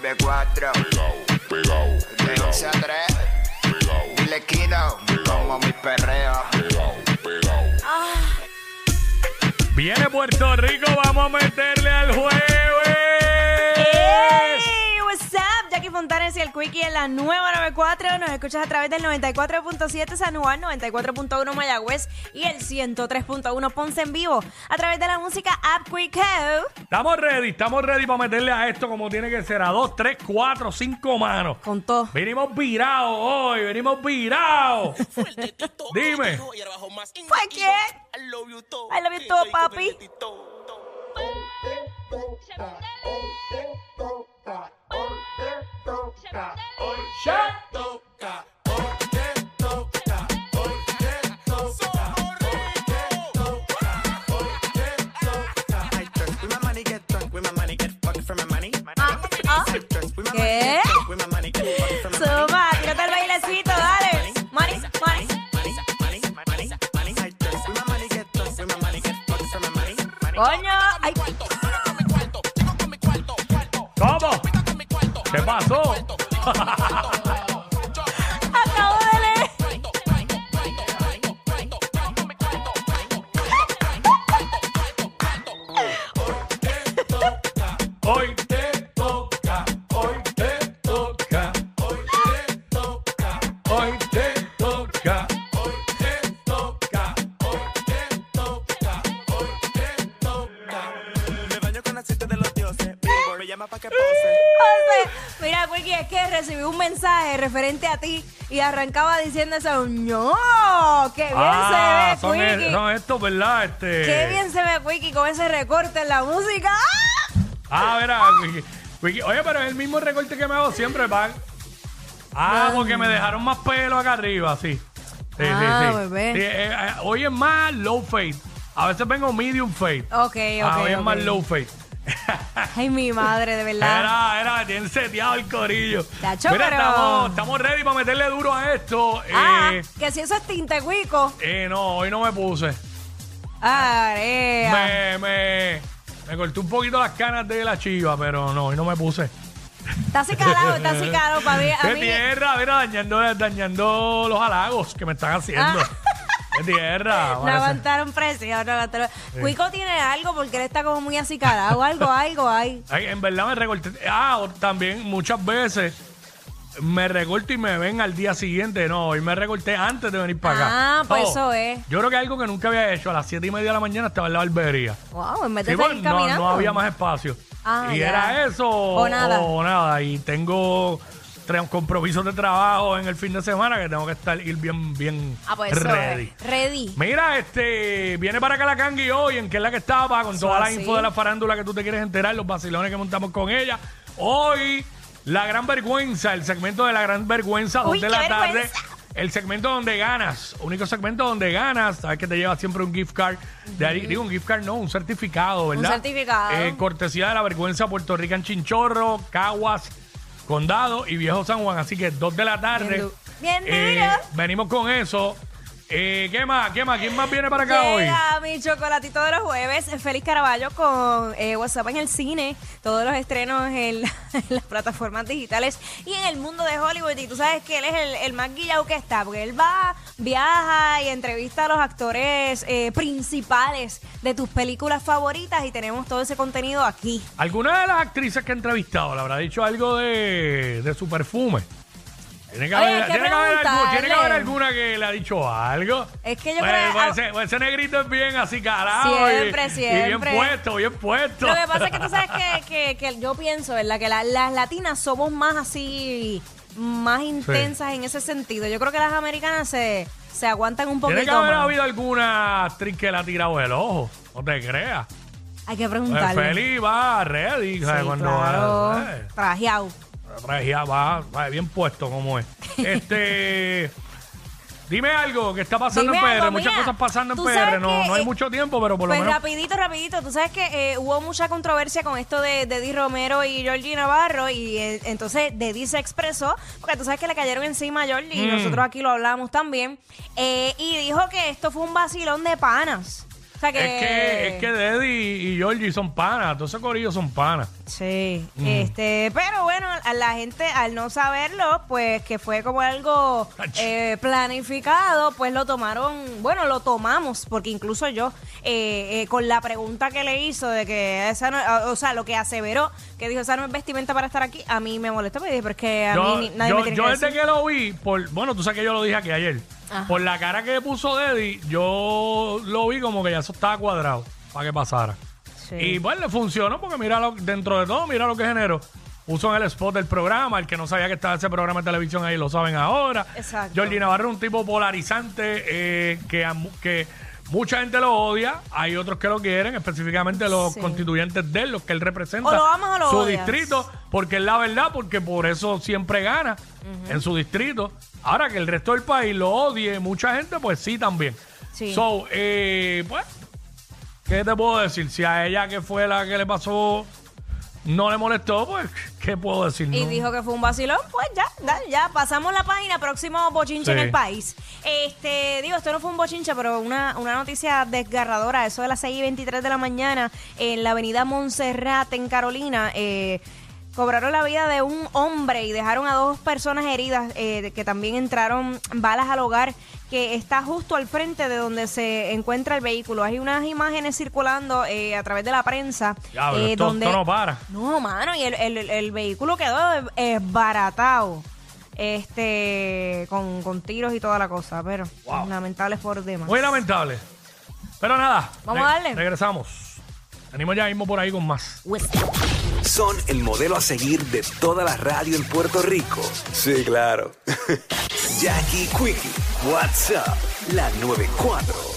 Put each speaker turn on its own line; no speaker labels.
de cuatro.
pegao, pegao,
De
pegao,
11 a 3.
pegao,
Le quito como mi perreo.
pegao, pegao.
Viene Puerto Rico, vamos a meterle al jueves.
Hey, what's up? Jackie Fontanes y el Quickie en la nueva 94. Nos escuchas a través del 94.7 San Juan, 94.1 Mayagüez y el 103.1 Ponce en vivo. A través de la música App Quick Ho.
Estamos ready, estamos ready para meterle a esto como tiene que ser, a dos, tres, cuatro, cinco manos.
Con todo.
Venimos virados hoy, venimos virados. Dime.
¿Fue qué?
I love you todo.
I love you
Que
todo,
soy
papi.
copete, todo, todo.
I dress with my money, get drunk with my money, get fucked for my money.
Ah, ah.
I dress with my money,
¿Qué?
get drunk with my money, get fucked for my money.
Suma, tírate el bailecito, dale. Money, money.
Money, money, money, money. I dress with my money, get drunk with my money, get fucked for my money. Money.
Coño. Ay,
¿Cómo? ¿Qué pasó?
acabo de leer.
Hoy te toca, hoy te toca, hoy te toca, hoy te toca, hoy te toca, hoy te toca, hoy te toca.
Me baño con aceite de los dioses. Billboard me llama pa' que pose.
José, Mira, Quickie, es que recibí un mensaje referente a ti y arrancaba diciendo eso. ¡No! ¡Qué bien
Ah,
se
son,
ve,
el-
Quickie!
son estos, ¿verdad? Este...
¡Qué bien se ve, Quickie, con ese recorte en la música! ¡Ah!
Ah, verá, Wiki- Wiki- Oye, pero es el mismo recorte que me hago siempre, van. Ah, porque me dejaron más pelo acá arriba, sí. Sí,
Ah,
sí, sí.
bebé.
Sí, eh, eh, hoy es más low fade. A veces vengo medium fade.
Ok,
ah,
ok,
hoy es
ok.
más low fade.
¡Ay, mi madre, de verdad!
Era, era, tienen seteado el corillo.
Tacho,
Mira,
pero-
estamos, estamos ready para meterle duro a esto.
¡Ah!
Eh,
Que si eso es tinte, Cuico.
eh, no, hoy no me puse.
¡Area!
Me, me, me corté un poquito las canas de la chiva, pero no, hoy no me puse.
Está así calado, está así calado, para mí. A
¡Qué
mí
tierra! Mira, dañando, dañando los halagos que me están haciendo.
Ah.
¡Qué tierra!
no
Parece-
aguantaron presión, no aguantaron. Cuico tiene algo porque él está como muy así calado, algo, algo, hay.
Ay, en verdad me recorté. Ah, o- también muchas veces me recorto y me ven al día siguiente. No, hoy me recorté antes de venir para acá. Oh,
Ah, pues eso es.
Yo creo que algo que nunca había hecho. A las 7 y media de la mañana estaba en la barbería.
Wow, en vez de
Sí,
salir
pues, no,
caminando.
no había más espacio.
Ah,
y
ya.
era eso
O nada.
o nada. Y tengo tra- compromisos de trabajo en el fin de semana que tengo que estar ir bien, bien
Ah, pues eso
ready.
es. Ready.
Mira, este, viene para acá la Kangi hoy, en que es la que estaba, con toda la
así.
info de la farándula que tú te quieres enterar, los vacilones que montamos con ella. Hoy, la gran vergüenza, el segmento de la gran vergüenza,
Uy,
dos de la
qué
tarde.
vergüenza.
El segmento donde ganas, único segmento donde ganas, sabes que te lleva siempre un gift card, de ahí- digo un gift card no, un certificado, ¿verdad?
certificado.
Eh, cortesía de la vergüenza Puerto Rican Chinchorro, Caguas, Condado y Viejo San Juan, así que dos de la tarde.
du- bien
Eh,
duro.
Venimos con eso. Eh, ¿Qué más? ¿Qué más? ¿Quién más viene para acá hoy?
Llega mi chocolatito de los jueves, Félix Caraballo con eh, WhatsApp en el cine, todos los estrenos en, la- en las plataformas digitales y en el mundo de Hollywood. Y tú sabes que él es el, el más guillado que está, porque él va, viaja y entrevista a los actores eh, principales de tus películas favoritas y tenemos todo ese contenido aquí.
¿Alguna de las actrices que he entrevistado le habrá dicho algo de, de su perfume? Tiene que,
Oye,
haber,
hay que
tiene, que haber algu- tiene que
preguntarle.
haber alguna que le ha dicho algo.
Es que yo
Pues,
creo-
pues ese, pues ese negrito es bien así carado.
Siempre,
y, Y bien
siempre.
puesto, bien puesto.
Lo que pasa es que tú sabes que, que- que yo pienso, ¿verdad? Que la- las latinas somos más así, más intensas en ese sentido. Yo creo que las americanas se, se aguantan un
Tiene
poquito
que haber
más.
habido alguna actriz que le ha tirado el ojo. No te creas.
Hay que
Pues
preguntarle.
Feli va ready.
Sí,
¿sabes? Cuando va,
claro.
¿sabes?
Trajeado.
Regia va, va bien puesto como es. Este. Dime algo que está pasando
Dime
en PR.
algo,
Muchas
mira,
cosas pasando en
tú
PR.
sabes
No,
que,
no hay
eh,
mucho tiempo, pero por lo
Pues
menos.
rapidito, rapidito. Tú sabes que eh, hubo mucha controversia con esto de, de Eddie Romero y Georgie Navarro y eh, entonces Deddy se expresó porque tú sabes que le cayeron encima a Georgie
Mm.
y nosotros aquí lo hablábamos también eh, y dijo que esto fue un vacilón de panas. O sea que.
Es que, es que Deddy y Georgie son panas, todos esos corillos son panas.
Sí,
Mm.
este, pero bueno, a la gente al no saberlo, pues que fue como algo
Ach.
eh, planificado, pues lo tomaron, bueno, lo tomamos, porque incluso yo, eh, eh, con la pregunta que le hizo de que esa no- ah, o sea, lo que aseveró, que dijo, esa no es vestimenta para estar aquí, a mí me molestó, porque dije, pero es que a
Yo,
mí ni- nadie
yo-
me tiene
yo
que
desde
decir".
que lo vi, por, bueno, tú sabes que yo lo dije aquí ayer,
Ajá.
por la cara que puso Deddy, yo lo vi como que ya eso estaba cuadrado para que pasara.
Sí.
Y bueno, le funcionó porque mira lo- dentro de todo, mira lo que generó. Puso en el spot del programa, el que no sabía que estaba ese programa de televisión ahí lo saben ahora.
Exacto.
Jordi Navarro es un tipo polarizante eh, que, a mu- que mucha gente lo odia, hay otros que lo quieren, específicamente los
Sí.
constituyentes de él, los que él representa.
O lo amas o lo
su
odias.
distrito, porque es la verdad, porque por eso siempre gana en su distrito. Ahora que el resto del país lo odie, mucha gente, pues sí también.
Sí.
So, eh, pues, ¿qué te puedo decir? Si a ella que fue la que le pasó, no le molestó, pues, ¿qué puedo decir?
Y
No.
dijo que fue un vacilón, pues ya, da- ya, pasamos la página, próximo bochinche en
Sí.
el país. Este, digo, esto no fue un bochinche, pero una, una noticia desgarradora, eso de las 6 y 23 de la mañana, en la avenida Montserrat, en Carolina, eh, cobraron la vida de un hombre y dejaron a dos personas heridas eh, de- que también entraron balas al hogar que está justo al frente de donde se encuentra el vehículo. Hay unas imágenes circulando eh, a través de la prensa.
Ya, pero
eh,
esto-
donde
esto no para.
no, mano, y el, el- el- el vehículo quedó esbaratado. Este, con, con tiros y toda la cosa, pero
Wow.
lamentables por demás.
Muy lamentable. Pero nada.
Vamos a darle.
Regresamos. Venimos ya mismo por ahí con más.
Son el modelo a seguir de toda la radio en Puerto Rico. Sí, claro. Jackie Quickie, WhatsApp, la 94.